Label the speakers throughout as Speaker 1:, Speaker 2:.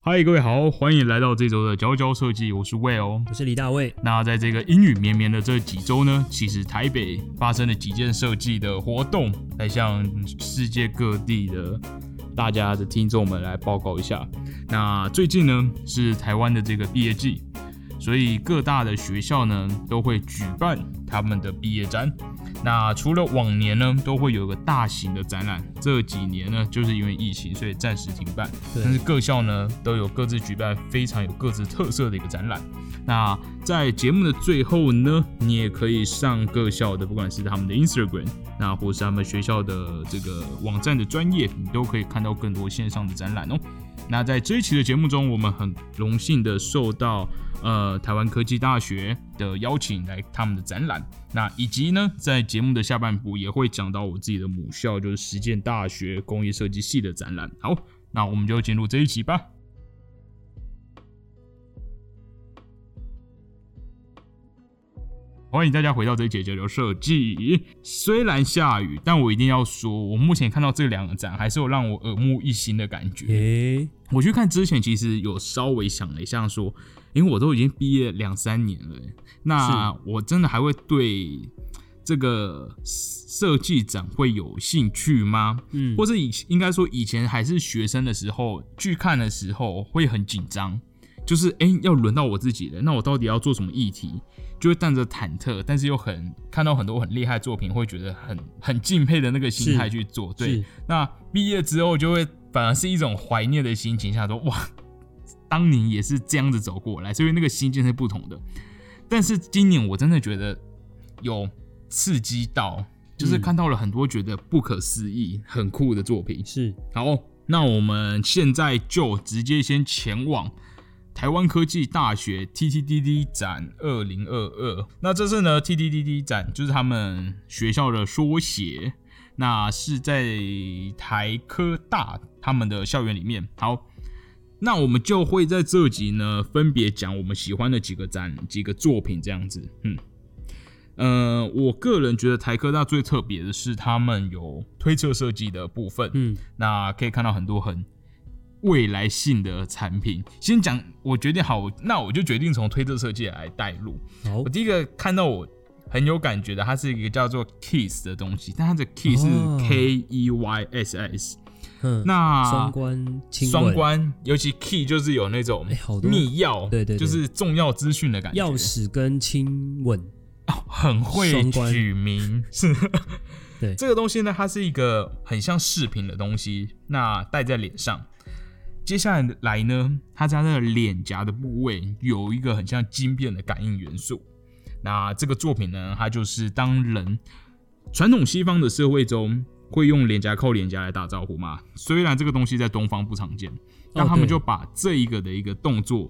Speaker 1: 嗨，各位好，欢迎来到这周的佼佼设计，我是 Will。
Speaker 2: 我是李大卫。
Speaker 1: 那在这个阴雨绵绵的这几周呢，其实台北发生了几件设计的活动，来向世界各地的大家的听众们来报告一下。那最近呢是台湾的这个毕业季，所以各大的学校呢都会举办他们的毕业展。那除了往年呢，都会有个大型的展览，这几年呢，就是因为疫情，所以暂时停办。
Speaker 2: 对
Speaker 1: 但是各校呢，都有各自举办非常有各自特色的一个展览。那在节目的最后呢，你也可以上各校的，不管是他们的 Instagram，那或是他们学校的这个网站的专业，你都可以看到更多线上的展览哦。那在这一期的节目中，我们很荣幸的受到呃台湾科技大学的邀请来他们的展览，那以及呢在节目的下半部也会讲到我自己的母校就是实践大学工业设计系的展览。好，那我们就进入这一期吧。欢迎大家回到这一节交流设计。虽然下雨，但我一定要说，我目前看到这两个展，还是有让我耳目一新的感觉。
Speaker 2: 诶、
Speaker 1: 我去看之前，其实有稍微想了一下，说，因为我都已经毕业两三年了，那我真的还会对这个设计展会有兴趣吗？
Speaker 2: 嗯
Speaker 1: 或是以应该说以前还是学生的时候去看的时候会很紧张，就是哎、诶要轮到我自己了，那我到底要做什么议题？就会带着忐忑，但是又很看到很多很厉害的作品，会觉得很很敬佩的那个心态
Speaker 2: 是
Speaker 1: 去做。对
Speaker 2: 是，
Speaker 1: 那毕业之后就会反而是一种怀念的心情，想说哇，当年也是这样子走过来，所以那个心境是不同的。但是今年我真的觉得有刺激到，就是
Speaker 2: 嗯
Speaker 1: 看到了很多觉得不可思议、很酷的作品。
Speaker 2: 是
Speaker 1: 好，那我们现在就直接先前往台湾科技大学 TTDD 展二零二二。那这次呢，TTDD 展就是他们学校的缩写，那是在台科大他们的校园里面。好。那我们就会在这集呢，分别讲我们喜欢的几个展、几个作品这样子。嗯，呃，我个人觉得台科大最特别的是他们有推测设计的部分。
Speaker 2: 嗯，
Speaker 1: 那可以看到很多很未来性的产品。先讲，我决定好，那我就决定从推特设计来带入。
Speaker 2: 好
Speaker 1: 我，第一个看到我很有感觉的，它是一个叫做 Kiss 的东西，但它的 Key 是
Speaker 2: 哦
Speaker 1: K E Y S S，、
Speaker 2: 嗯，
Speaker 1: 那
Speaker 2: 双关亲
Speaker 1: 双
Speaker 2: 吻
Speaker 1: 关，尤其 Key 就是有那种
Speaker 2: 哎好多
Speaker 1: 密钥，
Speaker 2: 对对对
Speaker 1: 就是重要资讯的感觉，
Speaker 2: 钥匙跟亲吻，
Speaker 1: 很会
Speaker 2: 双关
Speaker 1: 取名，是。
Speaker 2: 对
Speaker 1: 这个东西呢，它是一个很像饰品的东西，那戴在脸上。接下来呢，它在它的脸颊的部位有一个很像晶片的感应元素。那这个作品呢，它就是当人传统西方的社会中会用脸颊扣脸颊来打招呼嘛，虽然这个东西在东方不常见，但他们
Speaker 2: 哦对
Speaker 1: 就把这一个的一个动作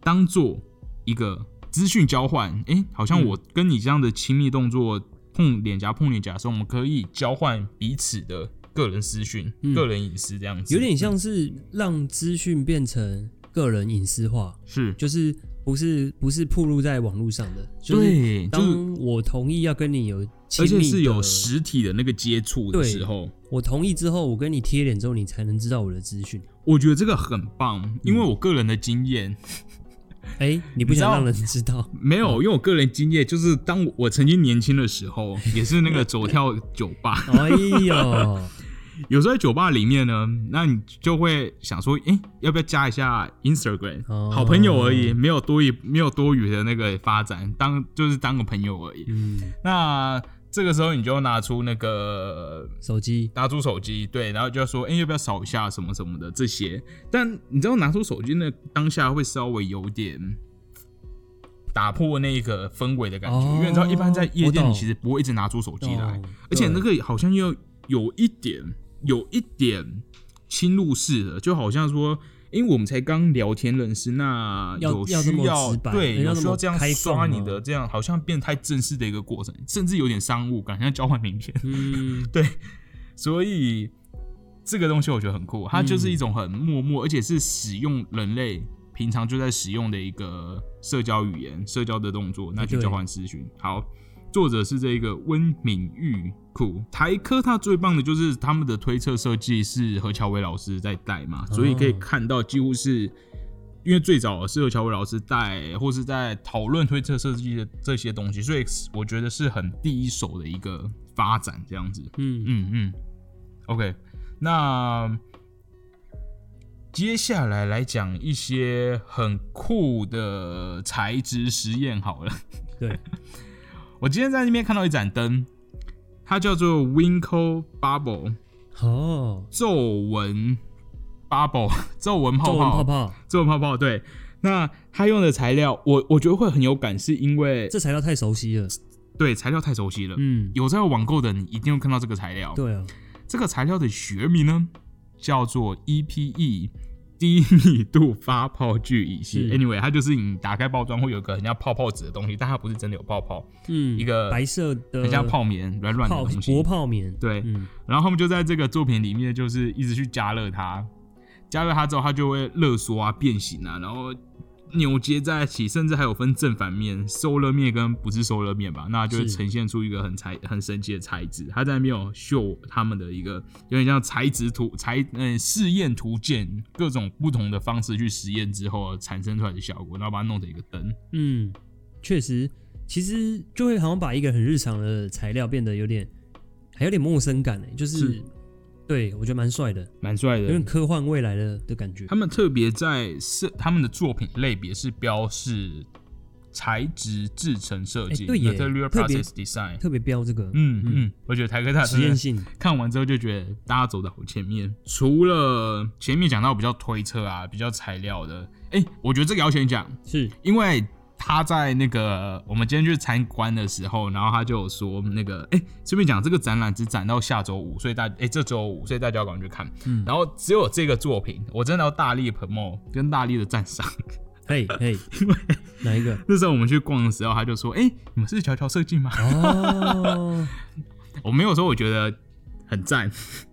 Speaker 1: 当做一个资讯交换。诶、好
Speaker 2: 嗯
Speaker 1: 像我跟你这样的亲密动作碰脸颊碰脸颊的时候，我们可以交换彼此的个人私讯、
Speaker 2: 嗯
Speaker 1: 个人隐私这样子，
Speaker 2: 有点像是让资讯变成个人隐私化，
Speaker 1: 是
Speaker 2: 就是不是不是暴露在网络上的，就是
Speaker 1: 对，就是
Speaker 2: 当我同意要跟你有
Speaker 1: 而
Speaker 2: 亲密的，
Speaker 1: 且是有实体的那个接触的
Speaker 2: 对
Speaker 1: 时候。
Speaker 2: 我同意之后，我跟你贴脸之后，你才能知道我的资讯。
Speaker 1: 我觉得这个很棒，因为我个人的经验，
Speaker 2: 哎、你不
Speaker 1: 你知道
Speaker 2: 想让人 知道？
Speaker 1: 没有，因为我个人经验就是，当我曾经年轻的时候，也是那个走跳酒吧，
Speaker 2: 哎呦，
Speaker 1: 有时候在酒吧里面呢，那你就会想说，诶，要不要加一下 Instagram？、
Speaker 2: 哦
Speaker 1: 好朋友而已，没有多余，没有多余的那个发展，当就是当个朋友而已。
Speaker 2: 嗯，
Speaker 1: 那这个时候你就拿出那个
Speaker 2: 手机
Speaker 1: 拿出手机，对，然后就说，哎、要不要扫一下什么什么的这些。但你知道，拿出手机那当下会稍微有点打破那个氛围的感觉，
Speaker 2: 哦
Speaker 1: 因为你知道，一般在夜
Speaker 2: 我
Speaker 1: 店，
Speaker 2: 懂
Speaker 1: 你其实不会一直拿出手机来
Speaker 2: 哦，
Speaker 1: 而且
Speaker 2: 对
Speaker 1: 那个好像又有一点，有一点侵入式的，就好像说。因为我们才刚聊天认识，那
Speaker 2: 要
Speaker 1: 有
Speaker 2: 要这
Speaker 1: 需
Speaker 2: 么
Speaker 1: 要
Speaker 2: 直白
Speaker 1: 对
Speaker 2: 要
Speaker 1: 有
Speaker 2: 这
Speaker 1: 需要
Speaker 2: 么
Speaker 1: 这样
Speaker 2: 开
Speaker 1: 刷
Speaker 2: 放
Speaker 1: 你
Speaker 2: 吗
Speaker 1: 的，这样好像变太正式的一个过程，甚至有点商务感，像交换名片。
Speaker 2: 嗯，
Speaker 1: 对，所以这个东西我觉得很酷，它就是一种很默默，而且是使用人类平常就在使用的一个社交语言、社交的动作，那去
Speaker 2: 对
Speaker 1: 交换私讯。好，作者是这个温敏玉库台科，它最棒的就是他们的推测设计是何乔伟老师在带嘛，所以可以
Speaker 2: 哦
Speaker 1: 看到几乎是因为最早是由乔伟老师带，或是在讨论推测设计的这些东西，所以我觉得是很第一手的一个发展这样子。
Speaker 2: 嗯，
Speaker 1: 嗯嗯，OK，那接下来来讲一些很酷的材质实验好了。
Speaker 2: 对，
Speaker 1: 我今天在那边看到一盏灯，它叫做 Winkle Bubble
Speaker 2: 哦，
Speaker 1: 皱纹 Bubble 皱纹泡
Speaker 2: 皱纹
Speaker 1: 泡
Speaker 2: 泡泡，
Speaker 1: 皱纹泡泡对。那它用的材料，我我觉得会很有感，是因为
Speaker 2: 这材料太熟悉了。
Speaker 1: 对材料太熟悉了。
Speaker 2: 嗯，
Speaker 1: 有在网购的，你一定会看到这个材料。
Speaker 2: 对啊，
Speaker 1: 这个材料的学名呢，叫做 EPE 低密度发泡聚乙烯。
Speaker 2: 是
Speaker 1: Anyway，它就是你打开包装会有个很像泡泡纸的东西，但它不是真的有泡泡，
Speaker 2: 嗯，
Speaker 1: 一个
Speaker 2: 白色的，
Speaker 1: 很像泡棉软软的
Speaker 2: 泡
Speaker 1: 东
Speaker 2: 薄
Speaker 1: 西。
Speaker 2: 泡棉，
Speaker 1: 对，
Speaker 2: 嗯，
Speaker 1: 然后他们就在这个作品里面就是一直去加热它，加热它之后它就会热缩啊、变形啊，然后。扭结在一起，甚至还有分正反面、收热面跟不是收热面吧，那就会
Speaker 2: 是
Speaker 1: 呈现出一个很材很神奇的材质。它在那边有秀他们的一个有点像材质图材嗯试验图鉴，各种不同的方式去实验之后产生出来的效果，然后把它弄成一个灯。
Speaker 2: 嗯，确实，其实就会好像把一个很日常的材料变得有点，还有点陌生感呢，欸就是，
Speaker 1: 是
Speaker 2: 对我觉得蛮帅的，
Speaker 1: 蛮帅
Speaker 2: 有
Speaker 1: 的
Speaker 2: 点科幻未来的的感觉
Speaker 1: 他。们特别在设他们的作品类别是标示材质制成设计、
Speaker 2: 哎对耶
Speaker 1: （material
Speaker 2: 特别
Speaker 1: process design）。
Speaker 2: 特别标这个
Speaker 1: 嗯嗯，我觉得台科大
Speaker 2: 实
Speaker 1: 真
Speaker 2: 验
Speaker 1: 的
Speaker 2: 性，
Speaker 1: 看完之后就觉得大家走的好前面。除了前面讲到比较推测啊、比较材料的，哎、我觉得这个要先讲，
Speaker 2: 是
Speaker 1: 因为他在那个我们今天去参观的时候，然后他就有说那个，哎、顺便讲这个展览只展到下周五，所以大哎、这周五，所以大家要赶快去看。
Speaker 2: 嗯
Speaker 1: 然后只有这个作品，我真的要大力 promo 跟大力的赞赏。
Speaker 2: 嘿嘿，哪一个？
Speaker 1: 那时候我们去逛的时候，他就说，哎、你们是乔乔设计吗？
Speaker 2: 哦，
Speaker 1: 我没有说，我觉得很赞，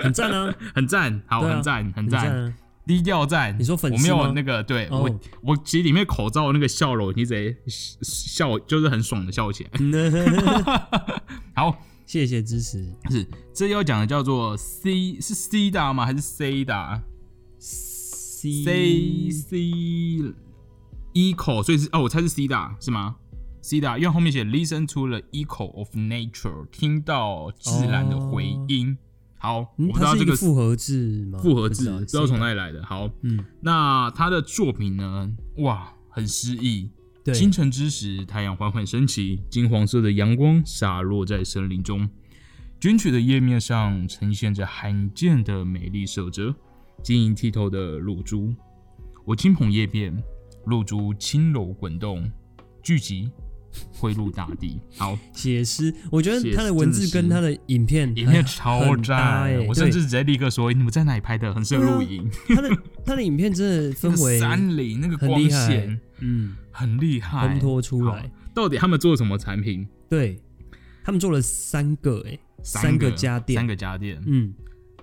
Speaker 2: 很赞啊，
Speaker 1: 很赞，好，
Speaker 2: 对啊
Speaker 1: 很赞，很
Speaker 2: 很
Speaker 1: 赞。
Speaker 2: 赞啊！
Speaker 1: 低调赞。
Speaker 2: 你说粉丝
Speaker 1: 我没有
Speaker 2: 吗
Speaker 1: 那个，对、
Speaker 2: 哦
Speaker 1: 我我其实里面口罩那个笑容，你直接笑就是很爽的笑起 来。 好，
Speaker 2: 啊谢谢支持
Speaker 1: 是这要讲的叫做 C 是 C 大吗？还是 C 大
Speaker 2: ，C
Speaker 1: ？C C echo，所以是哦，我猜是 C 大是吗？C 大，因为后面写 listen to the echo of nature，听到自然的回音。好，
Speaker 2: 嗯
Speaker 1: 我不知
Speaker 2: 它
Speaker 1: 道
Speaker 2: 是一
Speaker 1: 这
Speaker 2: 个
Speaker 1: 个
Speaker 2: 复合字吗？
Speaker 1: 复合
Speaker 2: 不
Speaker 1: 字，
Speaker 2: 道
Speaker 1: 不知道从
Speaker 2: ，C
Speaker 1: 哪里来的。好，
Speaker 2: 嗯，
Speaker 1: 那他的作品呢？哇，很诗意。
Speaker 2: 对，
Speaker 1: 清晨之时，太阳缓缓升起，金黄色的阳光洒落在森林中，卷曲的叶面上呈现着罕见的美丽色泽，晶莹剔透的露珠。我轻捧叶片，露珠轻柔滚动，聚 集汇入大地。好，
Speaker 2: 写诗，我觉
Speaker 1: 写
Speaker 2: 得他的
Speaker 1: 诗
Speaker 2: 文
Speaker 1: 真的
Speaker 2: 字
Speaker 1: 是
Speaker 2: 跟他的影片
Speaker 1: 影片
Speaker 2: 很
Speaker 1: 超
Speaker 2: 很搭
Speaker 1: 赞啊
Speaker 2: 欸，
Speaker 1: 我甚至直接立刻说：“你们在哪里拍的？很适合露营。
Speaker 2: 对他的他的影片真的
Speaker 1: 那个
Speaker 2: 嗯氛围
Speaker 1: 山林那个
Speaker 2: 很
Speaker 1: 光
Speaker 2: 厉害
Speaker 1: 线
Speaker 2: 嗯
Speaker 1: 很厉害，
Speaker 2: 烘托出来
Speaker 1: 哎好。到底他们做什么产品？
Speaker 2: 对，他们做了三个哎、
Speaker 1: 三
Speaker 2: 个家电，
Speaker 1: 三个家电，
Speaker 2: 嗯，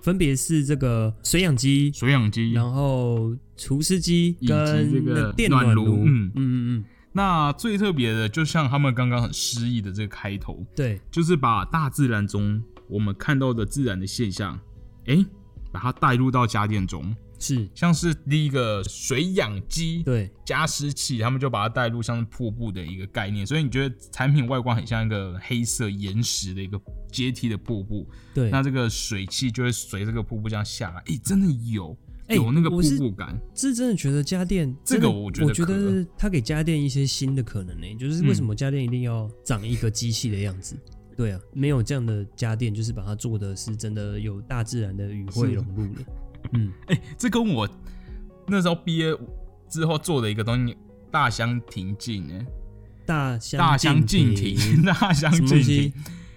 Speaker 2: 分别是这个水养机，
Speaker 1: 水养机。
Speaker 2: 然后除湿机
Speaker 1: 以及
Speaker 2: 跟
Speaker 1: 这个
Speaker 2: 那电
Speaker 1: 暖炉
Speaker 2: 炉，
Speaker 1: 嗯
Speaker 2: 嗯嗯嗯，
Speaker 1: 那最特别的，就像他们刚刚很诗意的这个开头，
Speaker 2: 对，
Speaker 1: 就是把大自然中我们看到的自然的现象，诶，把它带入到家电中，
Speaker 2: 是，
Speaker 1: 像是第一个水养机。
Speaker 2: 对，
Speaker 1: 加湿器，他们就把它带入像是瀑布的一个概念，所以你觉得产品外观很像一个黑色岩石的一个阶梯的瀑布，
Speaker 2: 对。
Speaker 1: 那这个水汽就会随这个瀑布这样下来，诶，真的有，
Speaker 2: 诶
Speaker 1: 有那个瀑
Speaker 2: 哎我是
Speaker 1: 布感，
Speaker 2: 这真的觉得家电，
Speaker 1: 这个
Speaker 2: 真的
Speaker 1: 我
Speaker 2: 我
Speaker 1: 觉得可
Speaker 2: 得它给家电一些新的可能呢、就是为什么家电一定要长一个机器的 样子？对啊，没有这样的家电，就是把它做的是真的有大自然的语汇
Speaker 1: 是
Speaker 2: 融入了。嗯，
Speaker 1: 这跟我那时候毕业之后做的一个东西大相庭径哎、
Speaker 2: 大相
Speaker 1: 大相径
Speaker 2: 径
Speaker 1: 庭
Speaker 2: 庭，
Speaker 1: 大相
Speaker 2: 什
Speaker 1: 径
Speaker 2: 么东
Speaker 1: 庭
Speaker 2: 西。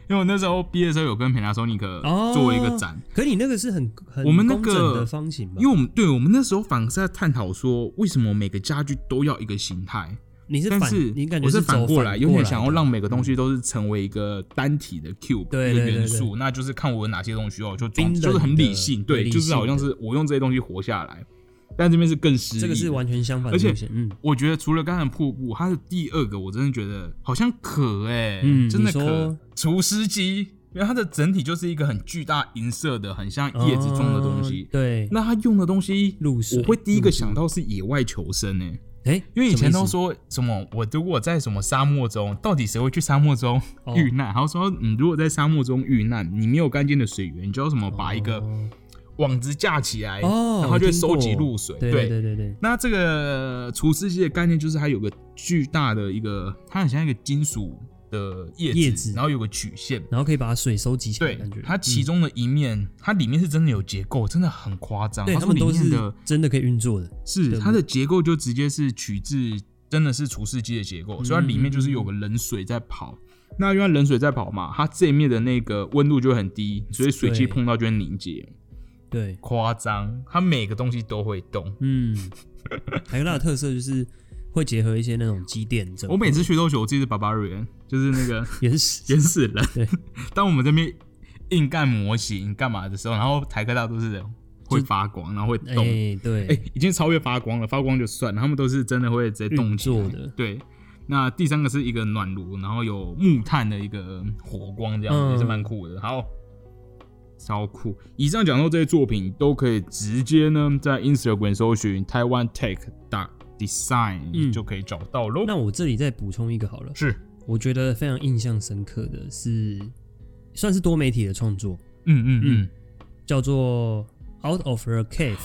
Speaker 1: 因为我那时候毕业的时候有跟 Panasonic
Speaker 2: 哦
Speaker 1: 做一个展，
Speaker 2: 可你那个是很很
Speaker 1: 我们那个
Speaker 2: 工整的方形吧？
Speaker 1: 因为我们对我们那时候反而是在探讨说，为什么每个家具都要一个形态，
Speaker 2: 你是
Speaker 1: 但
Speaker 2: 反，
Speaker 1: 是
Speaker 2: 你感觉
Speaker 1: 我是
Speaker 2: 走反
Speaker 1: 过
Speaker 2: 过
Speaker 1: 来，
Speaker 2: 来，
Speaker 1: 有点想要让。每个东西都是成为一个单体的 cube
Speaker 2: 嗯对
Speaker 1: 一个
Speaker 2: 对对
Speaker 1: 元
Speaker 2: 对
Speaker 1: 素，那就是看我有哪些东西需要就装，
Speaker 2: 冰冷
Speaker 1: 就是很理性，
Speaker 2: 的
Speaker 1: 对，
Speaker 2: 理
Speaker 1: 就是好
Speaker 2: 性
Speaker 1: 像是我用这些东西活下来，但这边是更实
Speaker 2: 这个是完全相反的
Speaker 1: 而且
Speaker 2: 路线，嗯
Speaker 1: 我觉得除了刚才的瀑布，它的第二个我真的觉得好像可哎、
Speaker 2: 嗯
Speaker 1: 真的
Speaker 2: 你
Speaker 1: 可
Speaker 2: 说
Speaker 1: 除湿机，因为它的整体就是一个很巨大银色的，很像叶子状的东西
Speaker 2: 哦。对，
Speaker 1: 那它用的东西，
Speaker 2: 露水
Speaker 1: 我会第一个想到是野外求生诶、
Speaker 2: 哎、
Speaker 1: 因为以前
Speaker 2: 什么
Speaker 1: 都
Speaker 2: 意思
Speaker 1: 说什么，我如果在什么沙漠中，到底谁会去沙漠中
Speaker 2: 哦
Speaker 1: 遇难？还有说，你如果在沙漠中遇难，你没有干净的水源，你就要什么把一个
Speaker 2: 哦
Speaker 1: 网子架起来，
Speaker 2: 哦，
Speaker 1: 然后就会
Speaker 2: 听
Speaker 1: 收集
Speaker 2: 过
Speaker 1: 露水。
Speaker 2: 对对对对对，
Speaker 1: 那这个除湿机的概念就是它有个巨大的一个，它很像一个金属的叶子，
Speaker 2: 叶子
Speaker 1: 然后有个曲线。
Speaker 2: 然后可以把水收集起来，
Speaker 1: 对
Speaker 2: 感觉，
Speaker 1: 它其
Speaker 2: 嗯
Speaker 1: 中的一面，它里面是真的有结构，真的很夸张。
Speaker 2: 对
Speaker 1: 它
Speaker 2: 他
Speaker 1: 说
Speaker 2: 们
Speaker 1: 里
Speaker 2: 都
Speaker 1: 面
Speaker 2: 是
Speaker 1: 的
Speaker 2: 真的可以运作的，
Speaker 1: 是
Speaker 2: 对
Speaker 1: 它的结构就直接是取自真的是除湿机的结
Speaker 2: 嗯
Speaker 1: 构，所以它里面就是有个冷水在跑。那因为冷水在跑嘛，它这一面的那个温度就会很低，所以水汽
Speaker 2: 对
Speaker 1: 碰到就会凝结，
Speaker 2: 对，
Speaker 1: 夸张。它每个东西都会动。
Speaker 2: 嗯，还有它的特色就是会结合一些那种机电这种
Speaker 1: 我每次去都觉得我自己是 barbarian，就是那个
Speaker 2: 原始，
Speaker 1: 原始人。
Speaker 2: 对，
Speaker 1: 当我们这边硬干模型干嘛的时候，然后台科大都是人会发光，然后会
Speaker 2: 哎、
Speaker 1: 动。
Speaker 2: 对，
Speaker 1: 哎、已经超越发光了，发光就算了，他们都是真的会直接动起来
Speaker 2: 运作的
Speaker 1: 对，那第三个是一个暖炉，然后有木炭的一个火光，这样、
Speaker 2: 嗯
Speaker 1: 也是蛮酷的。好，超酷！以上讲到这些作品，都可以直接呢在 Instagram 搜寻台湾 Tech Dot Design、
Speaker 2: 嗯
Speaker 1: 就可以找到喽。
Speaker 2: 那我这里再补充一个好了，
Speaker 1: 是，
Speaker 2: 我觉得非常印象深刻的是，算是多媒体的创作，
Speaker 1: 嗯嗯嗯，
Speaker 2: 叫做 Out of a Cave，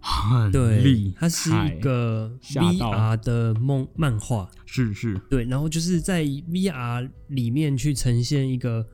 Speaker 1: 很厉
Speaker 2: 对，
Speaker 1: 害，
Speaker 2: 它是一个
Speaker 1: 吓到
Speaker 2: VR 的梦漫画，
Speaker 1: 是是
Speaker 2: 对，然后就是在 VR 里面去呈现一个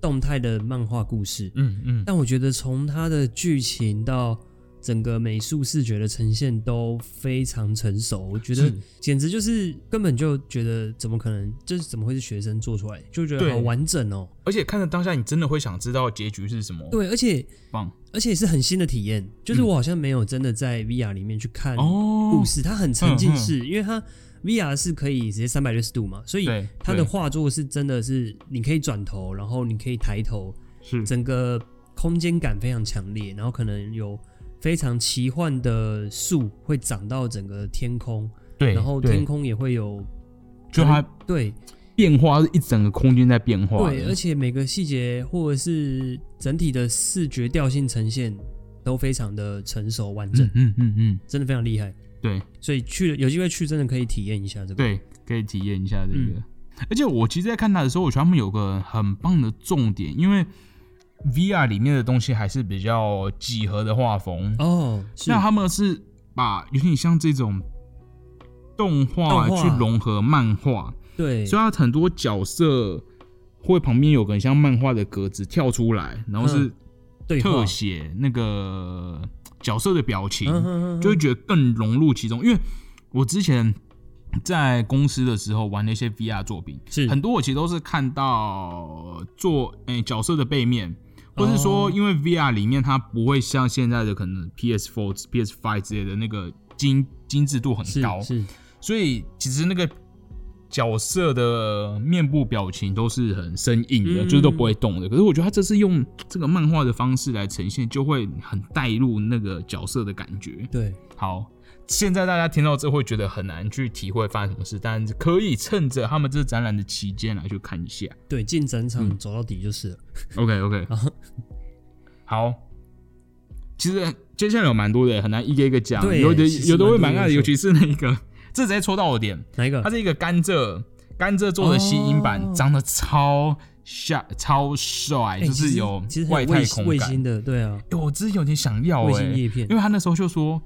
Speaker 2: 动态的漫画故事。
Speaker 1: 嗯嗯，
Speaker 2: 但我觉得从它的剧情到整个美术视觉的呈现都非常成熟，我觉得
Speaker 1: 是
Speaker 2: 简直就是根本就觉得怎么可能，这是怎么会是学生做出来，就觉得
Speaker 1: 对
Speaker 2: 好完整哦。
Speaker 1: 而且看着当下，你真的会想知道结局是什么。
Speaker 2: 对，而且
Speaker 1: 棒嗯
Speaker 2: 而且是很新的体验，就是我好像没有真的在 VR 里面去看
Speaker 1: 哦嗯
Speaker 2: 故，事，它很沉浸式，因为它 VR 是可以直接三百六十度嘛，所以
Speaker 1: 对
Speaker 2: 它的
Speaker 1: 对
Speaker 2: 画作是真的是你可以转头，然后你可以抬头，
Speaker 1: 是
Speaker 2: 整个空间感非常强烈，然后可能有非常奇幻的树会长到整个天空，
Speaker 1: 对，
Speaker 2: 然后
Speaker 1: 对
Speaker 2: 天空也会有
Speaker 1: 就它
Speaker 2: 对
Speaker 1: 变化是一整个空间在变化的。
Speaker 2: 对，而且每个细节或者是整体的视觉调性呈现都非常的成熟完整，
Speaker 1: 嗯嗯嗯嗯，
Speaker 2: 真的非常厉害。
Speaker 1: 对
Speaker 2: 所以去了有机会去，真的可以体验一下这个。，
Speaker 1: 对，可以体验一下这个。
Speaker 2: 嗯
Speaker 1: 而且我其实，在看它的时候，我觉得他们有个很棒的重点，因为 VR 里面的东西还是比较几何的画风，
Speaker 2: 哦，是
Speaker 1: 那他们是把有点像这种动画
Speaker 2: 动画
Speaker 1: 去融合漫画，
Speaker 2: 对，
Speaker 1: 所以它很多角色会旁边有个很像漫画的格子跳出来，然后
Speaker 2: 嗯
Speaker 1: 是
Speaker 2: 对话
Speaker 1: 特写那个角色的表情，
Speaker 2: 嗯哼哼
Speaker 1: 就会觉得更融入其中。因为我之前在公司的时候玩的一些 VR 作品，
Speaker 2: 是
Speaker 1: 很多我其实都是看到做诶、角色的背面，或是说
Speaker 2: 哦
Speaker 1: 因为 VR 里面它不会像现在的可能 PS4、PS5 之类的那个精精致度很
Speaker 2: 是
Speaker 1: 高，
Speaker 2: 是
Speaker 1: 所以其实那个。角色的面部表情都是很生硬的，
Speaker 2: 嗯
Speaker 1: 就是都不会动的。可是我觉得他这次用这个漫画的方式来呈现，就会很带入那个角色的感觉。
Speaker 2: 对，
Speaker 1: 好，现在大家听到这会觉得很难去体会发生什么事，但可以趁着他们这展览的期间来去看一下。
Speaker 2: 对，进展场
Speaker 1: 嗯
Speaker 2: 走到底就是了。
Speaker 1: OK OK，
Speaker 2: 然后
Speaker 1: 好。其实呃接下来有蛮多的，很难一个一个讲，
Speaker 2: 对
Speaker 1: 有的
Speaker 2: 其实
Speaker 1: 有的会蛮
Speaker 2: 蛮多
Speaker 1: 爱的，
Speaker 2: 元素
Speaker 1: 尤其是那个，这直接戳到我点，
Speaker 2: 哪一 个
Speaker 1: 它？是一个甘蔗甘蔗做的吸音板，
Speaker 2: 哦
Speaker 1: 长得超吓超帅，
Speaker 2: 哎
Speaker 1: 就
Speaker 2: 其
Speaker 1: 是
Speaker 2: 实
Speaker 1: 有
Speaker 2: 其实还
Speaker 1: 外
Speaker 2: 有
Speaker 1: 太
Speaker 2: 卫星
Speaker 1: 空
Speaker 2: 卫
Speaker 1: 感
Speaker 2: 星。的，对啊，
Speaker 1: 哎、我之前有点想要
Speaker 2: 卫
Speaker 1: 哎、
Speaker 2: 星叶片
Speaker 1: 因为他那时候就说，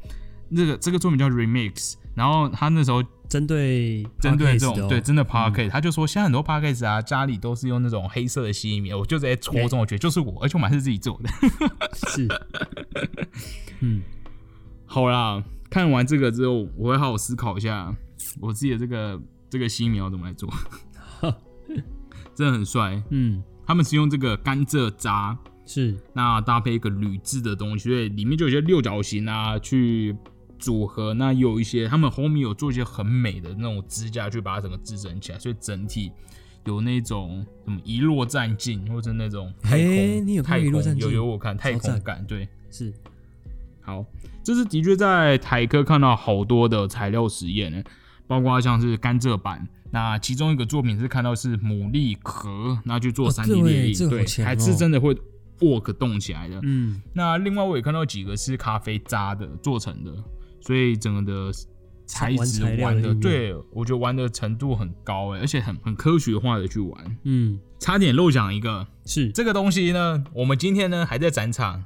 Speaker 1: 那个这个作品叫 remix，然后他那时候
Speaker 2: 针对
Speaker 1: 针对
Speaker 2: podcast
Speaker 1: 这种、
Speaker 2: 的哦
Speaker 1: 对真的 p a r k e t 他就说现在很多 p a r k e t 啊，家里都是用那种黑色的吸音棉，我就直接
Speaker 2: 哎
Speaker 1: 戳中，我觉得就是我，而且我们还是自己做的。
Speaker 2: 是，嗯，
Speaker 1: 好啦，看完这个之后，我会好好思考一下我自己的这个这个吸音棉要怎么来 做， 真的很帅。
Speaker 2: 嗯，
Speaker 1: 他们是用这个甘蔗渣，
Speaker 2: 是
Speaker 1: 那搭配一个铝制的东西，所以里面就有一些六角形啊去组合。那有一些他们后面有做一些很美的那种支架去把它整个支撑起来，所以整体有那种什么遗落战境或者那种太空，
Speaker 2: 诶哎你有看
Speaker 1: 太
Speaker 2: 过遗落
Speaker 1: 空
Speaker 2: 战境
Speaker 1: 有有我看太
Speaker 2: 超
Speaker 1: 空
Speaker 2: 赞
Speaker 1: 感，对，
Speaker 2: 是，
Speaker 1: 好，这次的确在台科看到好多的材料实验呢。包括像是甘蔗版。那其中一个作品是看到是牡蛎壳，那去做
Speaker 2: 哦
Speaker 1: 三 D 列印，
Speaker 2: 对这个好
Speaker 1: 对，
Speaker 2: 强
Speaker 1: 还
Speaker 2: 哦
Speaker 1: 是真的会 work 动起来的。
Speaker 2: 嗯，
Speaker 1: 那另外我也看到几个是咖啡渣的做成的，所以整个的材质
Speaker 2: 玩材料
Speaker 1: 玩
Speaker 2: 的
Speaker 1: 的，
Speaker 2: 应用
Speaker 1: 对我觉得玩的程度很高哎、而且很很科学化的去玩。
Speaker 2: 嗯，
Speaker 1: 差点漏讲一个，
Speaker 2: 是
Speaker 1: 这个东西呢，我们今天呢还在展场。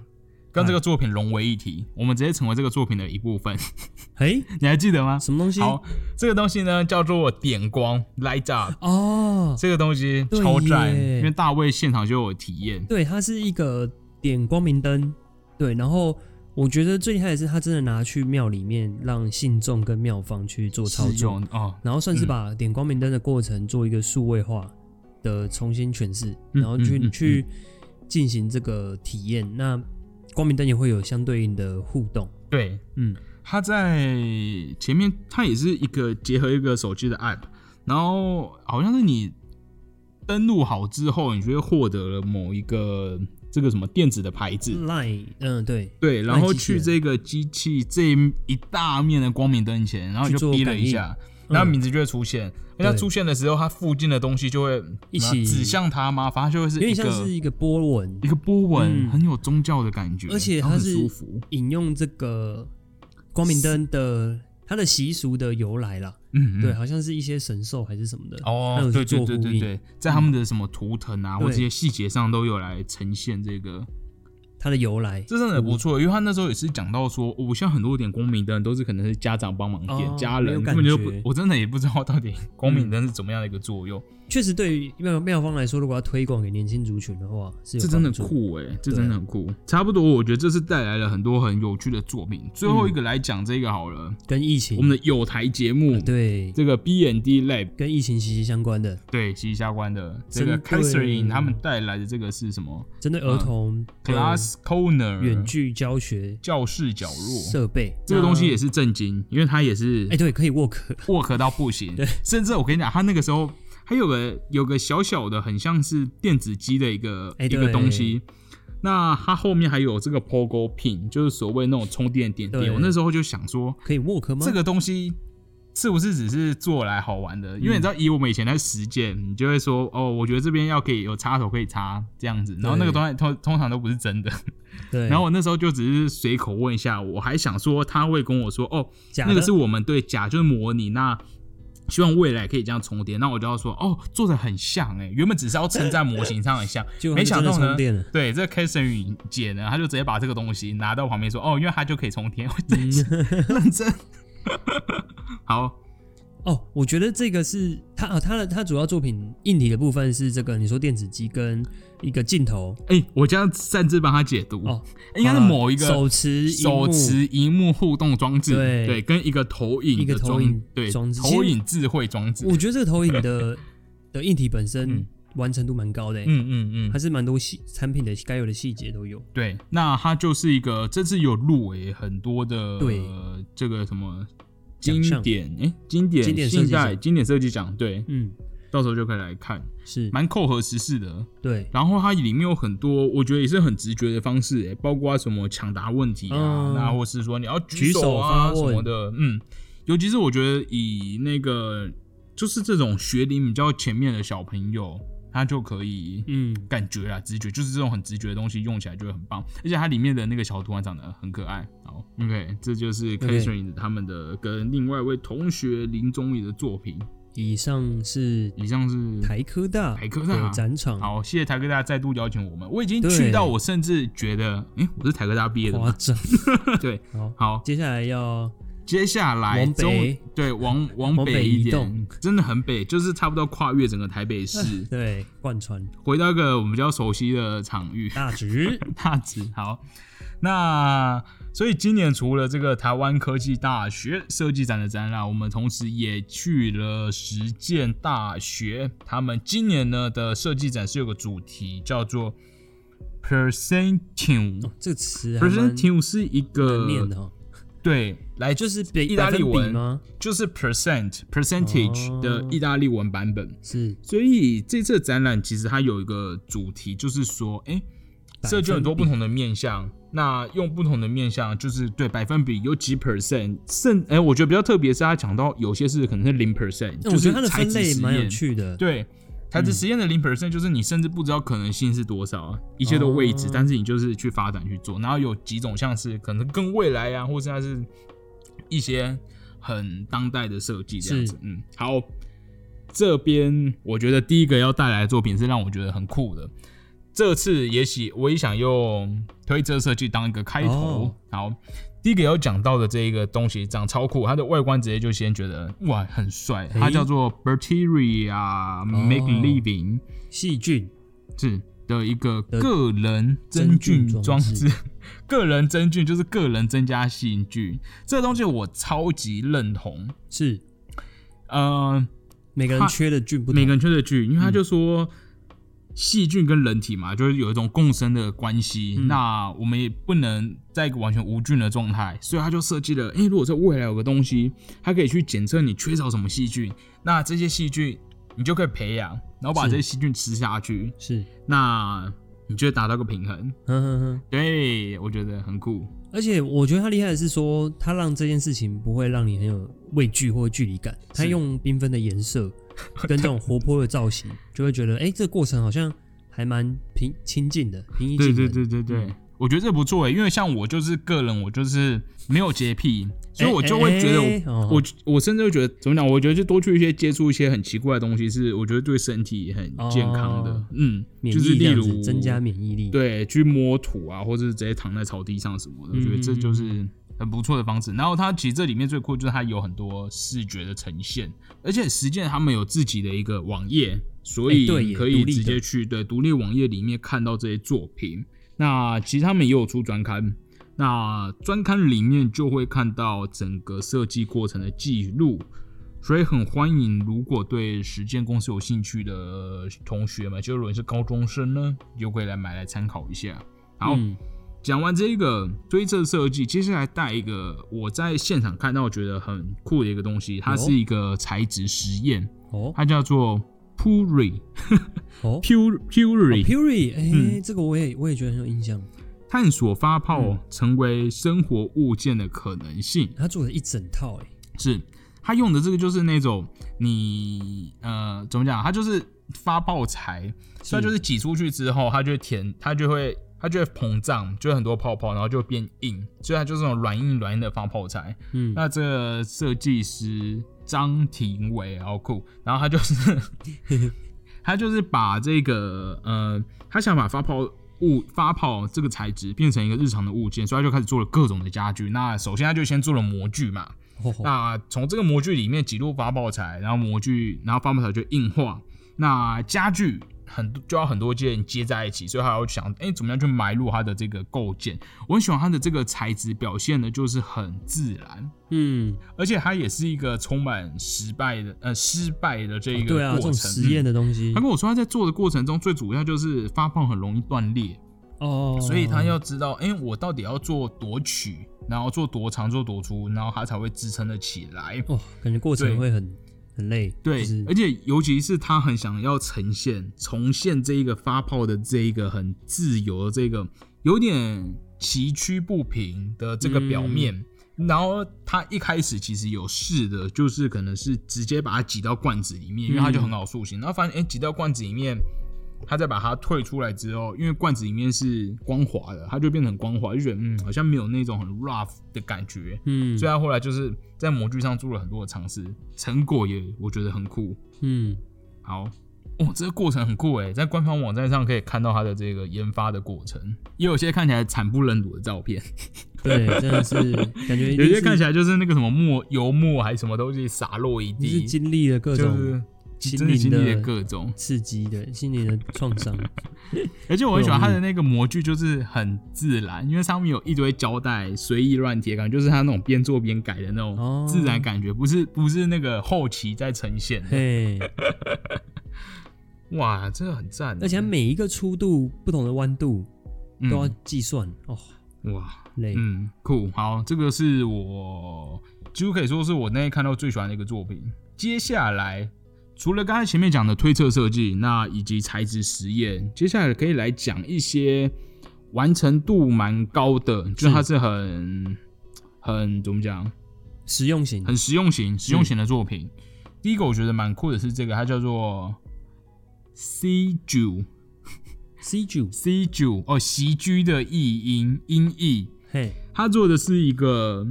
Speaker 1: 跟这个作品融为一体，
Speaker 2: 嗯
Speaker 1: 我们直接成为这个作品的一部分。
Speaker 2: 哎，
Speaker 1: 你还记得吗？
Speaker 2: 什么东西？
Speaker 1: 好，这个东西呢叫做点光 （light up），
Speaker 2: 哦，
Speaker 1: 这个东西
Speaker 2: 对
Speaker 1: 超赞，
Speaker 2: 耶
Speaker 1: 因为大卫现场就有体验。
Speaker 2: 对，它是一个点光明灯，对，然后我觉得最厉害的是，他真的拿去庙里面让信众跟庙方去做操
Speaker 1: 是有
Speaker 2: 作，
Speaker 1: 哦，
Speaker 2: 然后算是
Speaker 1: 嗯
Speaker 2: 把点光明灯的过程做一个数位化的重新诠释，
Speaker 1: 嗯
Speaker 2: 然后去、
Speaker 1: 嗯嗯嗯
Speaker 2: 去进行这个体验。那光明灯也会有相对应的互动，
Speaker 1: 对，
Speaker 2: 嗯，
Speaker 1: 它在前面，它也是一个结合一个手机的 app，然后好像是你登录好之后，你就会获得了某一个这个什么电子的牌子，
Speaker 2: Line，嗯，对，
Speaker 1: 对，然后
Speaker 2: 机器
Speaker 1: 去
Speaker 2: 人
Speaker 1: 这个机器这一大面的光明灯前，然后你
Speaker 2: 去
Speaker 1: 就
Speaker 2: 做
Speaker 1: 逼了
Speaker 2: 感
Speaker 1: 一
Speaker 2: 应
Speaker 1: 下，
Speaker 2: 嗯
Speaker 1: 然后名字就会出现。而它
Speaker 2: 对
Speaker 1: 出现的时候，它附近的东西就会嗯
Speaker 2: 一起
Speaker 1: 指向它吗？反正就会
Speaker 2: 有
Speaker 1: 是一
Speaker 2: 点像
Speaker 1: 个
Speaker 2: 是一个波纹
Speaker 1: 一，个波纹，
Speaker 2: 嗯
Speaker 1: 很有宗教的感觉，
Speaker 2: 而且
Speaker 1: 然后
Speaker 2: 它
Speaker 1: 很
Speaker 2: 是
Speaker 1: 舒服。
Speaker 2: 引用这个光明灯的它的习俗的由来啦。
Speaker 1: 嗯，嗯
Speaker 2: 对，。好像是一些神兽还是什么的还
Speaker 1: 哦
Speaker 2: 有，
Speaker 1: 对
Speaker 2: 去
Speaker 1: 对
Speaker 2: 做
Speaker 1: 对
Speaker 2: 呼
Speaker 1: 对
Speaker 2: 应，嗯
Speaker 1: 对，在他们的什么图腾啊，
Speaker 2: 对
Speaker 1: 或这些细节上都有来呈现这个，
Speaker 2: 它的由来。
Speaker 1: 这真的很不错。因为他那时候也是讲到说，哦我、像很多点光明灯都是可能是家长帮忙点，
Speaker 2: 哦
Speaker 1: 家
Speaker 2: 没有
Speaker 1: 人
Speaker 2: 感
Speaker 1: 根本就不
Speaker 2: 觉，嗯
Speaker 1: 我真的也不知道到底光明灯是怎么样的一个作用。
Speaker 2: 确实，对于妙妙方来说，如果要推广给年轻族群的话，是有
Speaker 1: 这真的
Speaker 2: 帮助。
Speaker 1: 酷哎、这真的很酷。差不多，我觉得这是带来了很多很有趣的作品。最后一个来讲这个好了，
Speaker 2: 跟疫情，
Speaker 1: 我们的有台节目，
Speaker 2: 嗯啊对，
Speaker 1: 这个 B n D Lab
Speaker 2: 跟疫情息息相关的，
Speaker 1: 对息息相关的这个
Speaker 2: 针对
Speaker 1: Catherine 他们带来的这个是什么
Speaker 2: 针对儿童的
Speaker 1: 啊 Class Corner
Speaker 2: 远距教学
Speaker 1: 教室角落，
Speaker 2: 设备，
Speaker 1: 这个东西也
Speaker 2: 是，
Speaker 1: 是震惊，因为它也是
Speaker 2: 哎，对，可以 work，
Speaker 1: work 到不行，甚至我跟你讲，他那个时候还有个有个小小的，很像是电子机的一个、
Speaker 2: 哎
Speaker 1: 一个
Speaker 2: 对
Speaker 1: 东西。那它后面还有这个 Pogo Pin，就是所谓那种充电点
Speaker 2: 对
Speaker 1: 点。我那时候就想说，
Speaker 2: 可以 work 吗？
Speaker 1: 这个东西是不是只是做来好玩
Speaker 2: 嗯
Speaker 1: 的？因为你知道，以我们以前在实践，你就会说，哦，我觉得这边要可以有插头可以插这样子，然后那个
Speaker 2: 对
Speaker 1: 东西通通常都不是真的。
Speaker 2: 对，
Speaker 1: 然后我那时候就只是随口问一下，我还想说他会跟我说，哦，
Speaker 2: 假
Speaker 1: 那
Speaker 2: 的
Speaker 1: 个是我们对假就是模拟，那希望未来可以这样重叠。那我就要说，哦，做的很像哎、原本只是要称赞模型上很像
Speaker 2: 结，果它
Speaker 1: 没
Speaker 2: 就
Speaker 1: 想
Speaker 2: 真的
Speaker 1: 到呢
Speaker 2: 充电了，
Speaker 1: 对这个 k a t h e r i n 姐呢，她就直接把这个东西拿 到旁边说，哦，因为它就可以充电，我真是
Speaker 2: 嗯
Speaker 1: 认真。 好，
Speaker 2: 哦，我觉得这个是他啊，他的他主要作品硬体的部分是这个，你说电子机跟一个镜头
Speaker 1: 哎、我将擅自帮她解读，
Speaker 2: 哦，
Speaker 1: 应该是
Speaker 2: 好了
Speaker 1: 某一个
Speaker 2: 手持荧
Speaker 1: 手
Speaker 2: 幕
Speaker 1: 持荧幕互动装置，
Speaker 2: 对
Speaker 1: 跟一个投影
Speaker 2: 一个
Speaker 1: 的
Speaker 2: 投
Speaker 1: 装
Speaker 2: 影
Speaker 1: 对
Speaker 2: 装置
Speaker 1: 投影智慧装置，
Speaker 2: 我觉得这个投影的的硬体本身
Speaker 1: 嗯
Speaker 2: 完成度蛮高的欸、
Speaker 1: 嗯嗯嗯
Speaker 2: 还，是蛮多细产品的该有的细节都有。
Speaker 1: 对，那它就是一个这次有入围很多的
Speaker 2: 对
Speaker 1: 呃这个什么
Speaker 2: 奖
Speaker 1: 经
Speaker 2: 项
Speaker 1: 典哎、经典
Speaker 2: 经典设
Speaker 1: 现
Speaker 2: 计
Speaker 1: 代
Speaker 2: 奖
Speaker 1: 经典设计奖，对，
Speaker 2: 嗯，
Speaker 1: 到时候就可以来看，
Speaker 2: 是，
Speaker 1: 蛮扣合时事的。
Speaker 2: 对，
Speaker 1: 然后它里面有很多我觉得也是很直觉的方式、哎，包括什么抢答问题啊，
Speaker 2: 嗯
Speaker 1: 那或是说你要
Speaker 2: 举手
Speaker 1: 手啊
Speaker 2: 发
Speaker 1: 什么
Speaker 2: 问
Speaker 1: 的，嗯，尤其是我觉得以那个就是这种学龄比较前面的小朋友，他就可以
Speaker 2: 嗯，
Speaker 1: 感觉啊，直觉就是这种很直觉的东西用起来就会很棒，而且它里面的那个小图案长得很可爱。好，OK，这就是
Speaker 2: OK
Speaker 1: Catherine 他们的跟另外一位同学林宗宇的作品。
Speaker 2: 以上是
Speaker 1: 以上是
Speaker 2: 台科大
Speaker 1: 嗯台科大
Speaker 2: 的展场，
Speaker 1: 好，谢谢台科大再度邀请我们，我已经
Speaker 2: 对
Speaker 1: 去到，我甚至觉得，诶，我是台科大毕业的
Speaker 2: 夸
Speaker 1: 吗？
Speaker 2: 张。
Speaker 1: 对，
Speaker 2: 好，
Speaker 1: 好，
Speaker 2: 接下来要
Speaker 1: 接下来
Speaker 2: 往
Speaker 1: 终
Speaker 2: 北
Speaker 1: 对往往
Speaker 2: 往
Speaker 1: 北
Speaker 2: 北
Speaker 1: 一
Speaker 2: 移
Speaker 1: 点
Speaker 2: 动，，
Speaker 1: 真的很北，就是差不多跨越整个台北市
Speaker 2: 对贯穿
Speaker 1: 回到一个我们比较熟悉的场域。
Speaker 2: 大直，
Speaker 1: 大直好，那所以今年除了这个台湾科技大学设计展的展览，我们同时也去了实践大学。他们今年呢的设计展是有个主题叫做 Percentium。
Speaker 2: 哦，这个词还蛮
Speaker 1: Percentium 是一
Speaker 2: 难念
Speaker 1: 个
Speaker 2: 的哈，
Speaker 1: 对，来就
Speaker 2: 就是比
Speaker 1: 意大利
Speaker 2: 百分比
Speaker 1: 文
Speaker 2: 吗？
Speaker 1: 就是 percent percentage
Speaker 2: 哦
Speaker 1: 的意大利文版本。
Speaker 2: 是
Speaker 1: 所以这次的展览其实它有一个主题，就是说，哎、
Speaker 2: 百分比
Speaker 1: 设计有很多不同的面向，那用不同的面向，就是对百分比有几 percent，甚哎、我觉得比较特别是他讲到有些是可能是零 percent，就
Speaker 2: 那我觉
Speaker 1: 是
Speaker 2: 得它的
Speaker 1: 材
Speaker 2: 分
Speaker 1: 质
Speaker 2: 类
Speaker 1: 实
Speaker 2: 蛮有
Speaker 1: 验
Speaker 2: 趣的，嗯
Speaker 1: 对，材质实验的零 percent 就是你甚至不知道可能性是多少啊，一切都未知，
Speaker 2: 哦
Speaker 1: 但是你就是去发展去做。然后有几种像是可能更未来啊，或是它是一些很当代的设计这样子
Speaker 2: 是。
Speaker 1: 嗯，好，这边我觉得第一个要带来的作品是让我觉得很酷的。这次也许我也想用推这设计当一个开头。
Speaker 2: 哦
Speaker 1: 好，第一个要讲到的这一个东西长超酷，它的外观直接就先觉得哇很帅，它
Speaker 2: 诶哦
Speaker 1: 叫做 Berteria Make Living、
Speaker 2: 细菌
Speaker 1: 是的一个
Speaker 2: 的
Speaker 1: 个人真
Speaker 2: 真
Speaker 1: 菌
Speaker 2: 菌
Speaker 1: 装
Speaker 2: 装置
Speaker 1: 置， 个人真菌就是个人增加细菌，这个东西我超级认同。
Speaker 2: 是
Speaker 1: 呃，
Speaker 2: 每个人
Speaker 1: 它
Speaker 2: 缺的菌不同，
Speaker 1: 每个人缺的菌，因为他就说。细菌跟人体嘛，就是有一种共生的关系。
Speaker 2: 嗯
Speaker 1: 那我们也不能在一个完全无菌的状态，所以他就设计了，诶、如果在未来有个东西，它可以去检测你缺少什么细菌，那这些细菌你就可以培养，然后把
Speaker 2: 是
Speaker 1: 这些细菌吃下去，
Speaker 2: 是，
Speaker 1: 那你就会达到一个平衡。
Speaker 2: 哼哼哼。
Speaker 1: 对，我觉得很酷。
Speaker 2: 而且我觉得他厉害的是说，他让这件事情不会让你很有畏惧或距离感。他用缤纷的颜色跟这种活泼的造型，就会觉得，哎、这个过程好像还蛮平亲近的，平易近
Speaker 1: 对
Speaker 2: 人。
Speaker 1: 对对对对，嗯我觉得这不错诶、因为像我就是个人，我就是没有洁癖，所以我就会觉得我
Speaker 2: 哎哎哎哦
Speaker 1: 我我甚至会觉得怎么讲？我觉得就多去一些接触一些很奇怪的东西，是我觉得对身体很健康的。
Speaker 2: 哦
Speaker 1: 嗯，
Speaker 2: 免
Speaker 1: 就是
Speaker 2: 疫这
Speaker 1: 例
Speaker 2: 样
Speaker 1: 如
Speaker 2: 子增加免疫力。
Speaker 1: 对去摸土啊，或者直接躺在草地上什么的，我觉得这
Speaker 2: 嗯
Speaker 1: 就是很不错的方式。然后它其实这里面最酷就是它有很多视觉的呈现，而且实践他们有自己的一个网页，所
Speaker 2: 哎对
Speaker 1: 以
Speaker 2: 耶
Speaker 1: 可以
Speaker 2: 独立的
Speaker 1: 直接去对独立网页里面看到这些作品。那其实他们也有出专刊，那专刊里面就会看到整个设计过程的记录，所以很欢迎如果对实践公司有兴趣的同学们，就如果你是高中生呢，就可以来买来参考一下。好，
Speaker 2: 嗯
Speaker 1: 讲完这个追测设计，接下来带一个我在现场看到我觉得很酷的一个东西，它
Speaker 2: 有
Speaker 1: 是一个材质实验，
Speaker 2: 哦
Speaker 1: 它叫做 Puri
Speaker 2: 哦
Speaker 1: Pure
Speaker 2: 哦
Speaker 1: Puri
Speaker 2: ，Puri，哎、
Speaker 1: 嗯
Speaker 2: 这个我也我也觉得很有印象。
Speaker 1: 探索发泡
Speaker 2: 嗯
Speaker 1: 成为生活物件的可能性。
Speaker 2: 他做了一整套、哎，
Speaker 1: 是他用的这个就是那种你呃怎么讲，它就是发泡材，所以它就是挤出去之后，它就会填，它就会它就会膨胀，就会很多泡泡，然后就会变硬，所以它就是那种软硬软硬的发泡材。
Speaker 2: 嗯，
Speaker 1: 那这个设计师张庭伟好酷，然后他就是 他就是把这个呃，他想把发泡物发泡这个材质变成一个日常的物件，所以他就开始做了各种的家具。那首先他就先做了模具嘛，
Speaker 2: 哦吼
Speaker 1: 那从这个模具里面挤入发泡材，然后模具，然后发泡材就硬化。那家具很多就要很多件接在一起，所以还要想，哎、怎么样去埋入它的这个构件？我很喜欢它的这个材质表现的，就是很自然，
Speaker 2: 嗯，
Speaker 1: 而且它也是一个充满失败的，呃，失败的这一个过程。
Speaker 2: 对啊，这种实
Speaker 1: 嗯
Speaker 2: 验的东西
Speaker 1: 他，跟我说，他在做的过程中，最主要就是发泡很容易断裂，
Speaker 2: 哦，
Speaker 1: 所以他要知道，哎、我到底要做多曲，然后做多长，做多粗，然后它才会支撑得起来。
Speaker 2: 哦，感觉过
Speaker 1: 对
Speaker 2: 程会很很累，
Speaker 1: 对
Speaker 2: 就是，
Speaker 1: 而且尤其是他很想要呈现重现这一个发泡的这一个很自由的这个有点崎岖不平的这个表面。
Speaker 2: 嗯
Speaker 1: 然后他一开始其实有试的，就是可能是直接把它挤到罐子里
Speaker 2: 嗯
Speaker 1: 面，因为它就很好塑形。然后发现，哎，挤到罐子里面，他再把它退出来之后，因为罐子里面是光滑的，它就变得很光滑，就觉得嗯，好像没有那种很 rough 的感觉。
Speaker 2: 嗯，
Speaker 1: 所以他后来就是在模具上做了很多的尝试，成果也我觉得很酷。
Speaker 2: 嗯，
Speaker 1: 好，哦，这个过程很酷诶，在官方网站上可以看到它的这个研发的过程，也有些看起来惨不忍睹的照片，
Speaker 2: 对，真的是感觉一
Speaker 1: 有
Speaker 2: 定
Speaker 1: 些
Speaker 2: 是
Speaker 1: 看起来就是那个什么墨油墨还是什么东西洒落一
Speaker 2: 就是
Speaker 1: 地，
Speaker 2: 经历了各
Speaker 1: 就是
Speaker 2: 种
Speaker 1: 真的经
Speaker 2: 心
Speaker 1: 历
Speaker 2: 灵
Speaker 1: 了
Speaker 2: 的
Speaker 1: 各种。
Speaker 2: 刺激的心灵的创伤，
Speaker 1: 而且我很喜欢它的那个模具，就是很自然，因为上面有一堆胶带随意乱贴，感觉就是它那种边做边改的那种
Speaker 2: 哦
Speaker 1: 自然感觉，不是不是那个后期在呈现的。
Speaker 2: 嘿，
Speaker 1: 哇，这个很赞欸！
Speaker 2: 而且它每一个粗度、不同的弯度都要计算哦，
Speaker 1: 嗯、哇，
Speaker 2: 累，
Speaker 1: 嗯，酷，好，这个是我几乎可以说是我那天看到最喜欢的一个作品。接下来，除了刚才前面讲的推测设计，那以及材质实验，接下来可以来讲一些完成度蛮高的，就是
Speaker 2: 是
Speaker 1: 它是很很怎么讲，
Speaker 2: 实用型，
Speaker 1: 很实用型、实用型的作品。第一个我觉得蛮酷的是这个，它叫做 C 九
Speaker 2: C 九，
Speaker 1: C 九哦，席居的译音音译，
Speaker 2: 嘿，
Speaker 1: 它做的是一个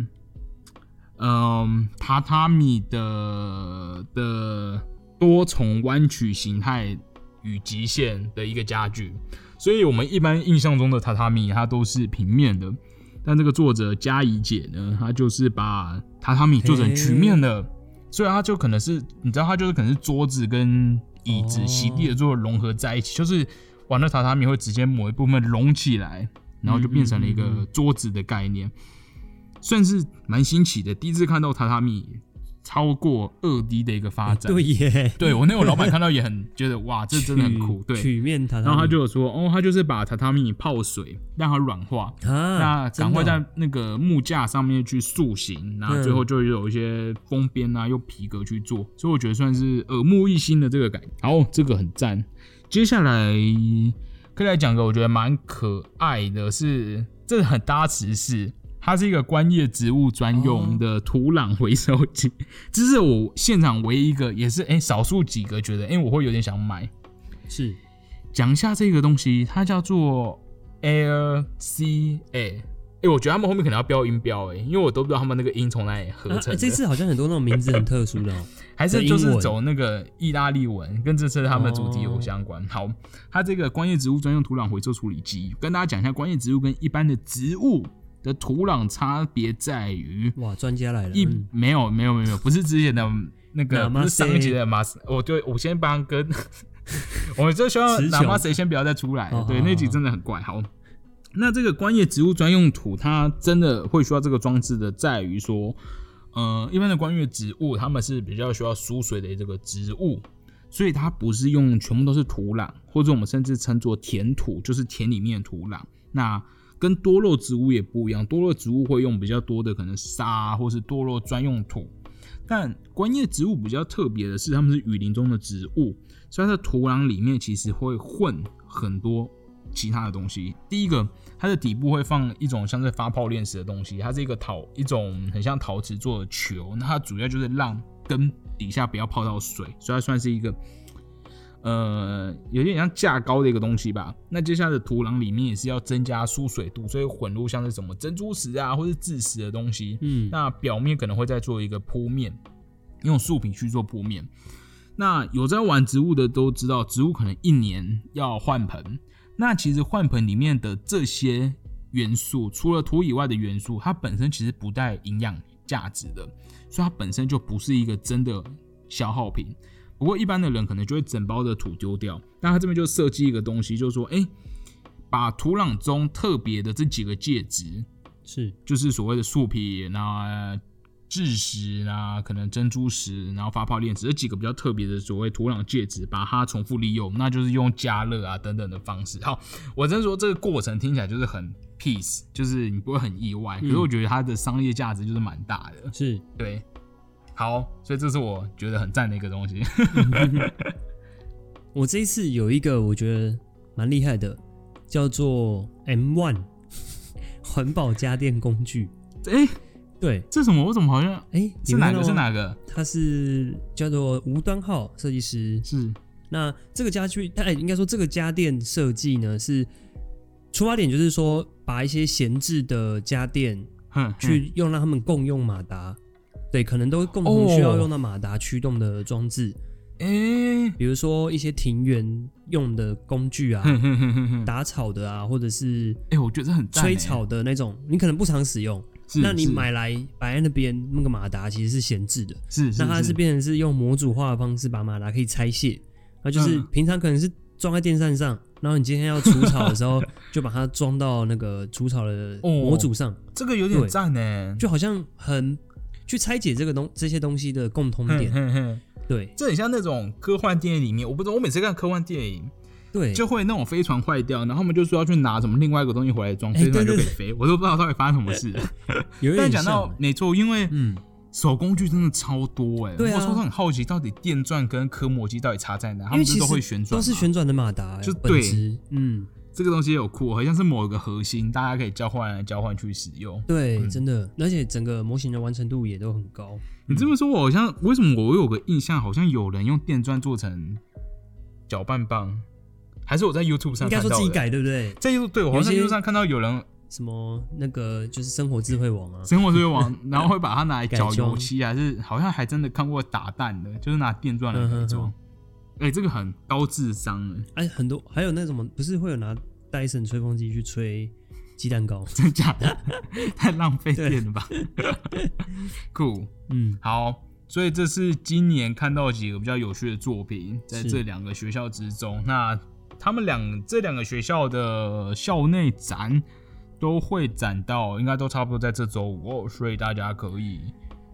Speaker 1: 嗯榻榻米的的多重弯曲形态与极限的一个家具，所以我们一般印象中的榻榻米它都是平面的，但这个作者嘉怡姐呢，她就是把榻榻米做成曲面的，所以它就可能是你知道它就是可能是桌子跟椅子、
Speaker 2: 哦
Speaker 1: 席地而坐融合在一起，就是玩的榻榻米会直接某一部分隆起来，然后就变成了一
Speaker 2: 嗯嗯嗯
Speaker 1: 个
Speaker 2: 嗯
Speaker 1: 桌子的概念，算是蛮新奇的。第一次看到榻榻米超过二 D 的一个发展，
Speaker 2: 对耶，
Speaker 1: 对我那我老板看到也很觉得哇，这真的很酷，
Speaker 2: 曲
Speaker 1: 对。
Speaker 2: 曲面榻榻米，
Speaker 1: 然后他就有说，哦，他就是把榻榻米泡水，让它软化，
Speaker 2: 啊，
Speaker 1: 那赶快
Speaker 2: 真的嗯哦
Speaker 1: 在那个木架上面去塑形，然后最后就有一些封边啊，用皮革去做，所以我觉得算是耳目一新的这个感觉。好，这个很赞。接下来可以来讲个我觉得蛮可爱的是，这很搭时事。它是一个观叶植物专用的土壤回收机，这是我现场唯一一个，也是哎、少数几个觉得哎、我会有点想买。
Speaker 2: 是
Speaker 1: 讲一下这个东西，它叫做 Air C A。哎、我觉得他们后面可能要标音标哎、因为我都不知道他们那个音从哪里合
Speaker 2: 啊
Speaker 1: 成的。
Speaker 2: 这次好像很多那种名字很特殊的哦，
Speaker 1: 还是就是
Speaker 2: 英文
Speaker 1: 走那个意大利文，跟这次他们的主题有相关。好，它这个观叶植物专用土壤回收处理机，跟大家讲一下，观叶植物跟一般的植物的土壤差别在于，
Speaker 2: 哇，专家来了，
Speaker 1: 一
Speaker 2: 嗯
Speaker 1: 没有没有没有没有，不是之前的那个，不是
Speaker 2: Namaste
Speaker 1: 上一集的马斯，我对我先帮跟， 我们就希望
Speaker 2: 词
Speaker 1: 哪
Speaker 2: 穷
Speaker 1: 怕谁先不要再出来
Speaker 2: 哦，
Speaker 1: 对，
Speaker 2: 好
Speaker 1: 那集
Speaker 2: 好
Speaker 1: 真的很怪。好，那这个观叶植物专用土，它真的会需要这个装置的，在于说，呃，一般的观叶植物它们是比较需要疏水的这个植物，所以它不是用全部都是土壤，或者我们甚至称作田土，就是田里面的土壤。那跟多肉植物也不一样，多肉植物会用比较多的可能沙或是多肉专用土，但观叶植物比较特别的是，它们是雨林中的植物，所以它的土壤里面其实会混很多其他的东西。第一个，它的底部会放一种像是发泡链石的东西，它是一个陶一种很像陶瓷做的球，那它主要就是让根底下不要泡到水，所以它算是一个。呃，有点像架高的一个东西吧。那接下来的土壤里面也是要增加疏水度，所以混入像是什么珍珠石啊，或是蛭石的东西。
Speaker 2: 嗯，
Speaker 1: 那表面可能会再做一个铺面，用树皮去做铺面。那有在玩植物的都知道，植物可能一年要换盆。那其实换盆里面的这些元素，除了土以外的元素，它本身其实不带营养价值的，所以它本身就不是一个真的消耗品。不过一般的人可能就会整包的土丢掉，那他这边就设计一个东西，就是说，哎、把土壤中特别的这几个介质，
Speaker 2: 是
Speaker 1: 就是所谓的树皮，然后呃蛭石啊，可能珍珠石，然后发泡链石这几个比较特别的所谓土壤介质，把它重复利用，那就是用加热啊等等的方式。好，我真说这个过程听起来就是很 peace，就是你不会很意外，可是我觉得它的商业价值就是蛮大的。
Speaker 2: 是，
Speaker 1: 对，好，所以这是我觉得很赞的一个东西。
Speaker 2: 我这一次有一个我觉得蛮厉害的，叫做 M One 环保家电工具，
Speaker 1: 哎、
Speaker 2: 对，
Speaker 1: 这什么？我怎么好像
Speaker 2: 哎，你
Speaker 1: 是哪
Speaker 2: 们看到
Speaker 1: 个？是
Speaker 2: 吗
Speaker 1: 哪个？
Speaker 2: 它是叫做吴端浩设计师。
Speaker 1: 是
Speaker 2: 那这个家具，哎，应该说这个家电设计呢，是出发点就是说，把一些闲置的家电
Speaker 1: 哼
Speaker 2: 去用，让他们共用马达。对，可能都共
Speaker 1: 哦
Speaker 2: 同需要用到马达驱动的装置，
Speaker 1: 哎、
Speaker 2: 比如说一些庭园用的工具啊，
Speaker 1: 哼哼哼哼哼，哎、
Speaker 2: 打草的啊，或者是
Speaker 1: 我觉得这很赞、欸。
Speaker 2: 吹草的那种，你可能不常使用，
Speaker 1: 是，
Speaker 2: 那你
Speaker 1: 是
Speaker 2: 买来摆在那边，那个马达其实是闲置的，
Speaker 1: 是是，
Speaker 2: 那它
Speaker 1: 是
Speaker 2: 是变成是用模组化的方式把马达可以拆卸，那就是
Speaker 1: 嗯
Speaker 2: 平常可能是装在电扇上，然后你今天要除草的 时候，就把它装到那个除草的
Speaker 1: 哦
Speaker 2: 模组上，
Speaker 1: 这个有点
Speaker 2: 对
Speaker 1: 赞呢，
Speaker 2: 就好像很去拆解这个东这些东西的共通
Speaker 1: 哼
Speaker 2: 点，
Speaker 1: 哼哼
Speaker 2: 对
Speaker 1: 这很像那种科幻电影里面，我不知道，我每次看科幻电影
Speaker 2: 对，
Speaker 1: 就会那种飞船坏掉，然后他们就说要去拿什么另外一个东西回来装，
Speaker 2: 哎
Speaker 1: 飞船就
Speaker 2: 对
Speaker 1: 可以
Speaker 2: 对
Speaker 1: 飞，我都不知道到底发生什么事。
Speaker 2: 有
Speaker 1: 但
Speaker 2: 点
Speaker 1: 讲到
Speaker 2: 像
Speaker 1: 没错，因为
Speaker 2: 嗯，
Speaker 1: 手工具真的超多哎，
Speaker 2: 对啊
Speaker 1: 我说很好奇，到底电钻跟科摩机到底差在哪？他
Speaker 2: 因为
Speaker 1: 们不是
Speaker 2: 其实
Speaker 1: 都会旋转，
Speaker 2: 都是，旋转的马达，
Speaker 1: 就
Speaker 2: 本
Speaker 1: 对
Speaker 2: 质嗯，
Speaker 1: 这个东西有酷，好像是某个核心，大家可以交换来交换去使用。
Speaker 2: 对，真的，而且整个模型的完成度也都很高。
Speaker 1: 你这么说，我好像为什么我有个印象，好像有人用电钻做成搅拌棒，还是我在 YouTube 上
Speaker 2: 应该
Speaker 1: 看
Speaker 2: 说
Speaker 1: 到
Speaker 2: 自己
Speaker 1: 的？
Speaker 2: 改，对不对？
Speaker 1: 在 YouTube 对我好像在
Speaker 2: 有些
Speaker 1: YouTube 上看到有人
Speaker 2: 什么那个就是生活智慧网啊，
Speaker 1: 生活作为网，然后会把它拿来
Speaker 2: 改
Speaker 1: 搅油
Speaker 2: 装
Speaker 1: 漆，啊 还是好像还真的看过打蛋的，就是拿电钻来
Speaker 2: 嗯
Speaker 1: 改
Speaker 2: 哼
Speaker 1: 装
Speaker 2: 哼。
Speaker 1: 哎、这个很高智商哎，
Speaker 2: 哎，很多还有那什么，不是会有拿戴森吹风机去吹鸡 蛋糕？
Speaker 1: 真假 的？太浪费电了吧！ 酷，
Speaker 2: 嗯，
Speaker 1: 好，所以这是今年看到几个比较有趣的作品，在
Speaker 2: 是
Speaker 1: 这两个学校之中，那他们两这两个学校的校内展都会展到，应该都差不多在这周五哦，所以大家可以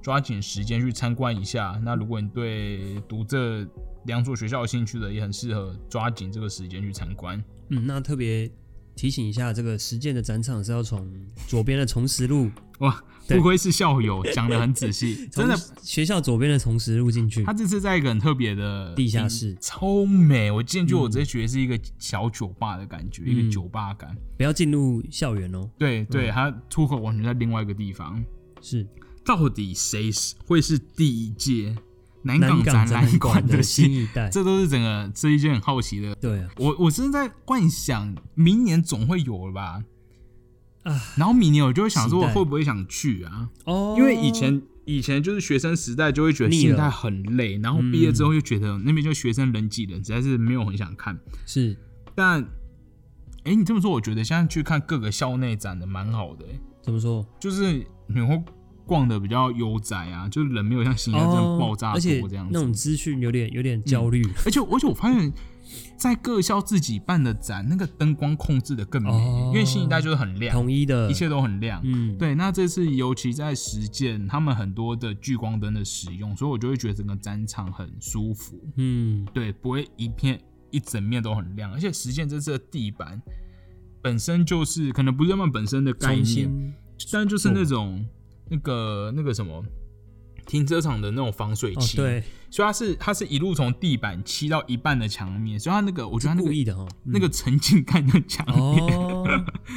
Speaker 1: 抓紧时间去参观一下。那如果你对读这两所学校有兴趣的，也很适合抓紧这个时间去参观。
Speaker 2: 嗯，那特别提醒一下，这个实践的展场是要从左边的崇实路，
Speaker 1: 哇，
Speaker 2: 对
Speaker 1: 不愧是校友，讲的很仔细，真的
Speaker 2: 从学校左边的崇实路进去
Speaker 1: 它。嗯这次在一个很特别的
Speaker 2: 地下室
Speaker 1: 超美。我进去，我
Speaker 2: 嗯
Speaker 1: 直接觉得是一个小酒吧的感觉，一个酒吧感。
Speaker 2: 不要进入校园哦。
Speaker 1: 对对，它出口完全在另外一个地方。
Speaker 2: 是
Speaker 1: 到底谁是会是第一届南
Speaker 2: 南
Speaker 1: 港
Speaker 2: 港
Speaker 1: 展
Speaker 2: 展览
Speaker 1: 览
Speaker 2: 馆
Speaker 1: 馆
Speaker 2: 的新
Speaker 1: 新？
Speaker 2: 一代，
Speaker 1: 这都是整个这一届很好奇的。
Speaker 2: 对啊，
Speaker 1: 我我是在幻想明年总会有了吧？
Speaker 2: 啊
Speaker 1: 然后明年我就会想说，
Speaker 2: 期
Speaker 1: 我
Speaker 2: 待
Speaker 1: 会不会想去啊？
Speaker 2: 哦，
Speaker 1: 因为以前以前就是学生时代就会觉得
Speaker 2: 腻了
Speaker 1: 现在很累，然后毕业
Speaker 2: 嗯
Speaker 1: 之后就觉得那边就学生人挤人，实在是没有很想看。
Speaker 2: 是
Speaker 1: 但，哎、你这么说，我觉得现在去看各个校内展的蛮好的、诶
Speaker 2: 怎么说？
Speaker 1: 就是你会逛的比较悠哉啊，就是人没有像新疆这样爆炸
Speaker 2: 哦而
Speaker 1: 多
Speaker 2: 且
Speaker 1: 这样
Speaker 2: 那
Speaker 1: 子。嗯
Speaker 2: 种资讯有点有点焦虑
Speaker 1: 而且而且我发现，在各校自己办的展，那个灯光控制的更美、
Speaker 2: 哦
Speaker 1: 因为新一代就是很亮，
Speaker 2: 统一的
Speaker 1: 啊一，切都很亮。
Speaker 2: 嗯，
Speaker 1: 对，那这次尤其在实践，他们很多的聚光灯的使用，所以我就会觉得整个展场很舒服。
Speaker 2: 嗯，
Speaker 1: 对，不会一片一整面都很亮，而且实践这次的地板本身就是可能不是他们本身的概
Speaker 2: 重
Speaker 1: 念，
Speaker 2: 新
Speaker 1: 但就是那种那个那个什么停车场的那种防水
Speaker 2: 哦，
Speaker 1: 漆，
Speaker 2: 对，
Speaker 1: 所以它是它是一路从地板漆到一半的墙面，所以它那个我觉得它那
Speaker 2: 故
Speaker 1: 个
Speaker 2: 意 的哈，嗯
Speaker 1: 那个沉浸感的墙面。
Speaker 2: 哦，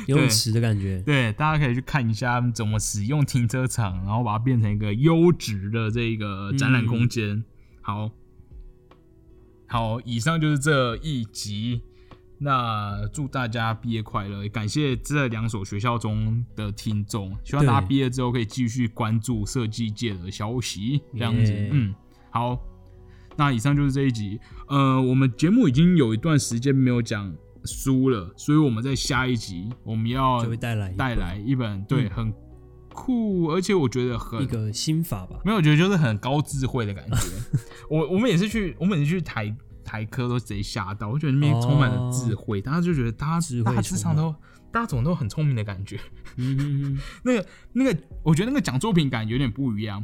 Speaker 2: 游泳池的感觉，
Speaker 1: 对，大家可以去看一下他们怎么使用停车场，然后把它变成一个优质的这个展览空间。好，好，以上就是这一集。那祝大家毕业快乐！也感谢这两所学校中的听众，希望
Speaker 2: 对
Speaker 1: 大家毕业之后可以继续关注设计界的消息。这样子
Speaker 2: Yeah
Speaker 1: 嗯，好。那以上就是这一集。呃，我们节目已经有一段时间没有讲书了，所以我们在下一集我们要
Speaker 2: 就会带来一
Speaker 1: 带来一本对、
Speaker 2: 嗯
Speaker 1: 很酷，而且我觉得很
Speaker 2: 一个心法吧，
Speaker 1: 没有，我觉得就是很高智慧的感 觉。我我们也是去，我们也是去台台科都直接吓到，我觉得那边充满了智慧，大家就觉得大
Speaker 2: 哦智
Speaker 1: 家
Speaker 2: 慧
Speaker 1: 大家智商
Speaker 2: 充
Speaker 1: 都大家总都很聪明的感觉。
Speaker 2: 嗯嗯，嗯
Speaker 1: 那个那个，我觉得那个讲作品感有点不一样，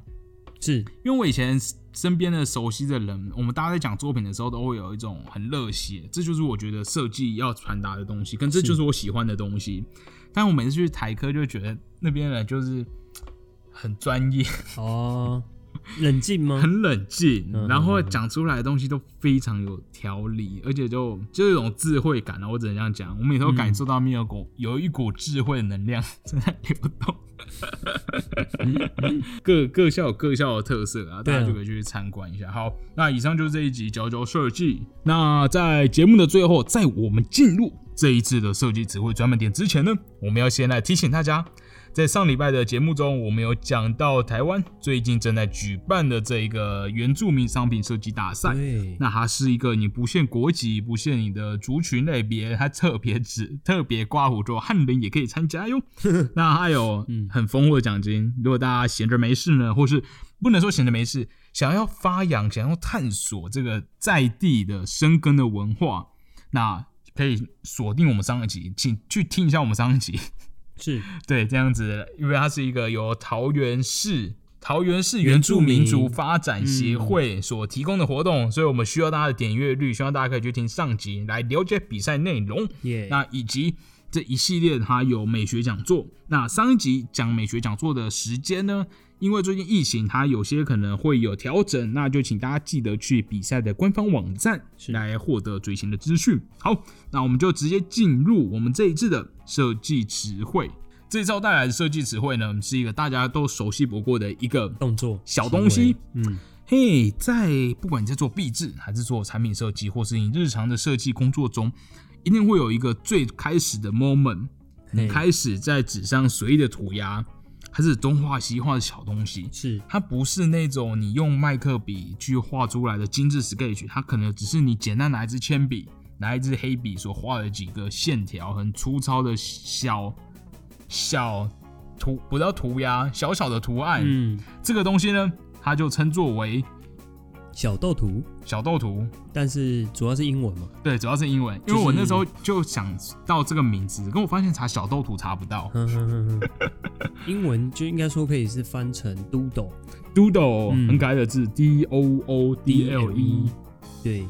Speaker 2: 是
Speaker 1: 因为我以前身边的熟悉的人，我们大家在讲作品的时候都会有一种很热血，这就是我觉得设计要传达的东西，跟这
Speaker 2: 是
Speaker 1: 就是我喜欢的东西。但我每次去台科就觉得那边人就是很专业，
Speaker 2: 哦，冷静吗？
Speaker 1: 很冷静，
Speaker 2: 嗯
Speaker 1: 然后讲出来的东西都非常有条理，而且就就有一种智慧感啊！我只能这样讲，我每天都感受到米尔狗有一股智慧的能量正在流动。 各各校有各校的特色啊，大
Speaker 2: 对啊
Speaker 1: 家就可以去参观一下。好，那以上就是这一集《角角设计》。那在节目的最后，在我们进入这一次的设计词汇专门点之前呢，我们要先来提醒大家，在上礼拜的节目中，我们有讲到台湾最近正在举办的这一个原住民商品设计大赛。
Speaker 2: 对，
Speaker 1: 那它是一个你不限国籍、不限你的族群类别，它特别指特别刮胡说汉人也可以参加哟。那还有很丰厚的奖金，如果大家闲着没事呢，或是不能说闲着没事，想要发扬、想要探索这个在地的生根的文化，那可以锁定我们上一集，请去听一下我们上一集。
Speaker 2: 是
Speaker 1: 对，这样子，因为它是一个由桃园市桃园市原住民嗯族发展协会所提供的活动，所以我们需要大家的点阅率，希望大家可以去听上集来了解比赛内容，
Speaker 2: 耶，
Speaker 1: 那以及。这一系列它有美学讲座，那上一集讲美学讲座的时间呢，因为最近疫情，它有些可能会有调整，那就请大家记得去比赛的官方网站来获得最新的资讯。好，那我们就直接进入我们这一次的设计词汇。这一招带来的设计词汇呢，是一个大家都熟悉不过的一个
Speaker 2: 动作
Speaker 1: 小东西。
Speaker 2: 行为嗯，
Speaker 1: 嘿，在不管你在做壁纸，还是做产品设计，或是你日常的设计工作中，一定会有一个最开始的 moment，你
Speaker 2: 嘿
Speaker 1: 开始在纸上随意的涂鸦，还是东画西画的小东西。
Speaker 2: 是
Speaker 1: 它不是那种你用麦克笔去画出来的精致 sketch，它可能只是你简单拿一支铅笔、拿一支黑笔所画的几个线条，很粗糙的小小涂，不叫涂鸦，小小的图案。
Speaker 2: 嗯，
Speaker 1: 这个东西呢，它就称作为
Speaker 2: 小斗图，
Speaker 1: 小豆图。
Speaker 2: 但是主要是英文嘛，
Speaker 1: 对，主要是英文，因为
Speaker 2: 就是
Speaker 1: 我那时候就想到这个名字，跟我发现查小豆图查不到
Speaker 2: 哼哼哼哼英文就应该说可以是翻成 doodle
Speaker 1: ，doodle、
Speaker 2: 嗯
Speaker 1: 很可爱的字，d o o d l e，
Speaker 2: 对，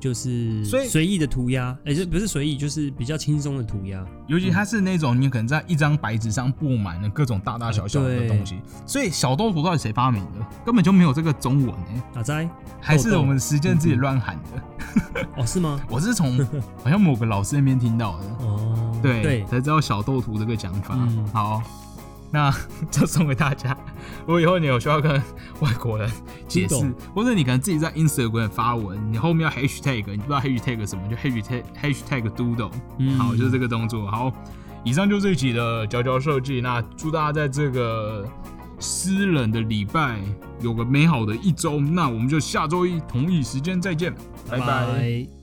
Speaker 2: 就是
Speaker 1: 所以
Speaker 2: 随意的涂鸦，哎、这不是随意，就是比较轻松的涂鸦，
Speaker 1: 尤其它是那种你可能在一张白纸上布满了各种大大小小的
Speaker 2: 对
Speaker 1: 东西，所以小豆图到底谁发明的？根本就没有这个中文哎、
Speaker 2: 哪在？
Speaker 1: 还
Speaker 2: 豆
Speaker 1: 是
Speaker 2: 豆
Speaker 1: 我们时间自己乱喊的？
Speaker 2: 哦，是吗？
Speaker 1: 我是 从好像某个老师那边听到的，
Speaker 2: 哦，
Speaker 1: 对，
Speaker 2: 对，
Speaker 1: 才知道小豆图这个讲法。
Speaker 2: 嗯
Speaker 1: 好，那 就送给大家。如果以后你有需要跟外国人解释
Speaker 2: 听懂，
Speaker 1: 或者你可能自己在 Instagram 发文，你后面要 hashtag，你不知道 hashtag 什么，就 hashtag hashtag doodle。
Speaker 2: 嗯
Speaker 1: 好，就是这个动作。好，以上就是这一集的佼佼设计。那祝大家在这个湿冷的礼拜有个美好的一周。那我们就下周一同一时间再见，拜拜
Speaker 2: 拜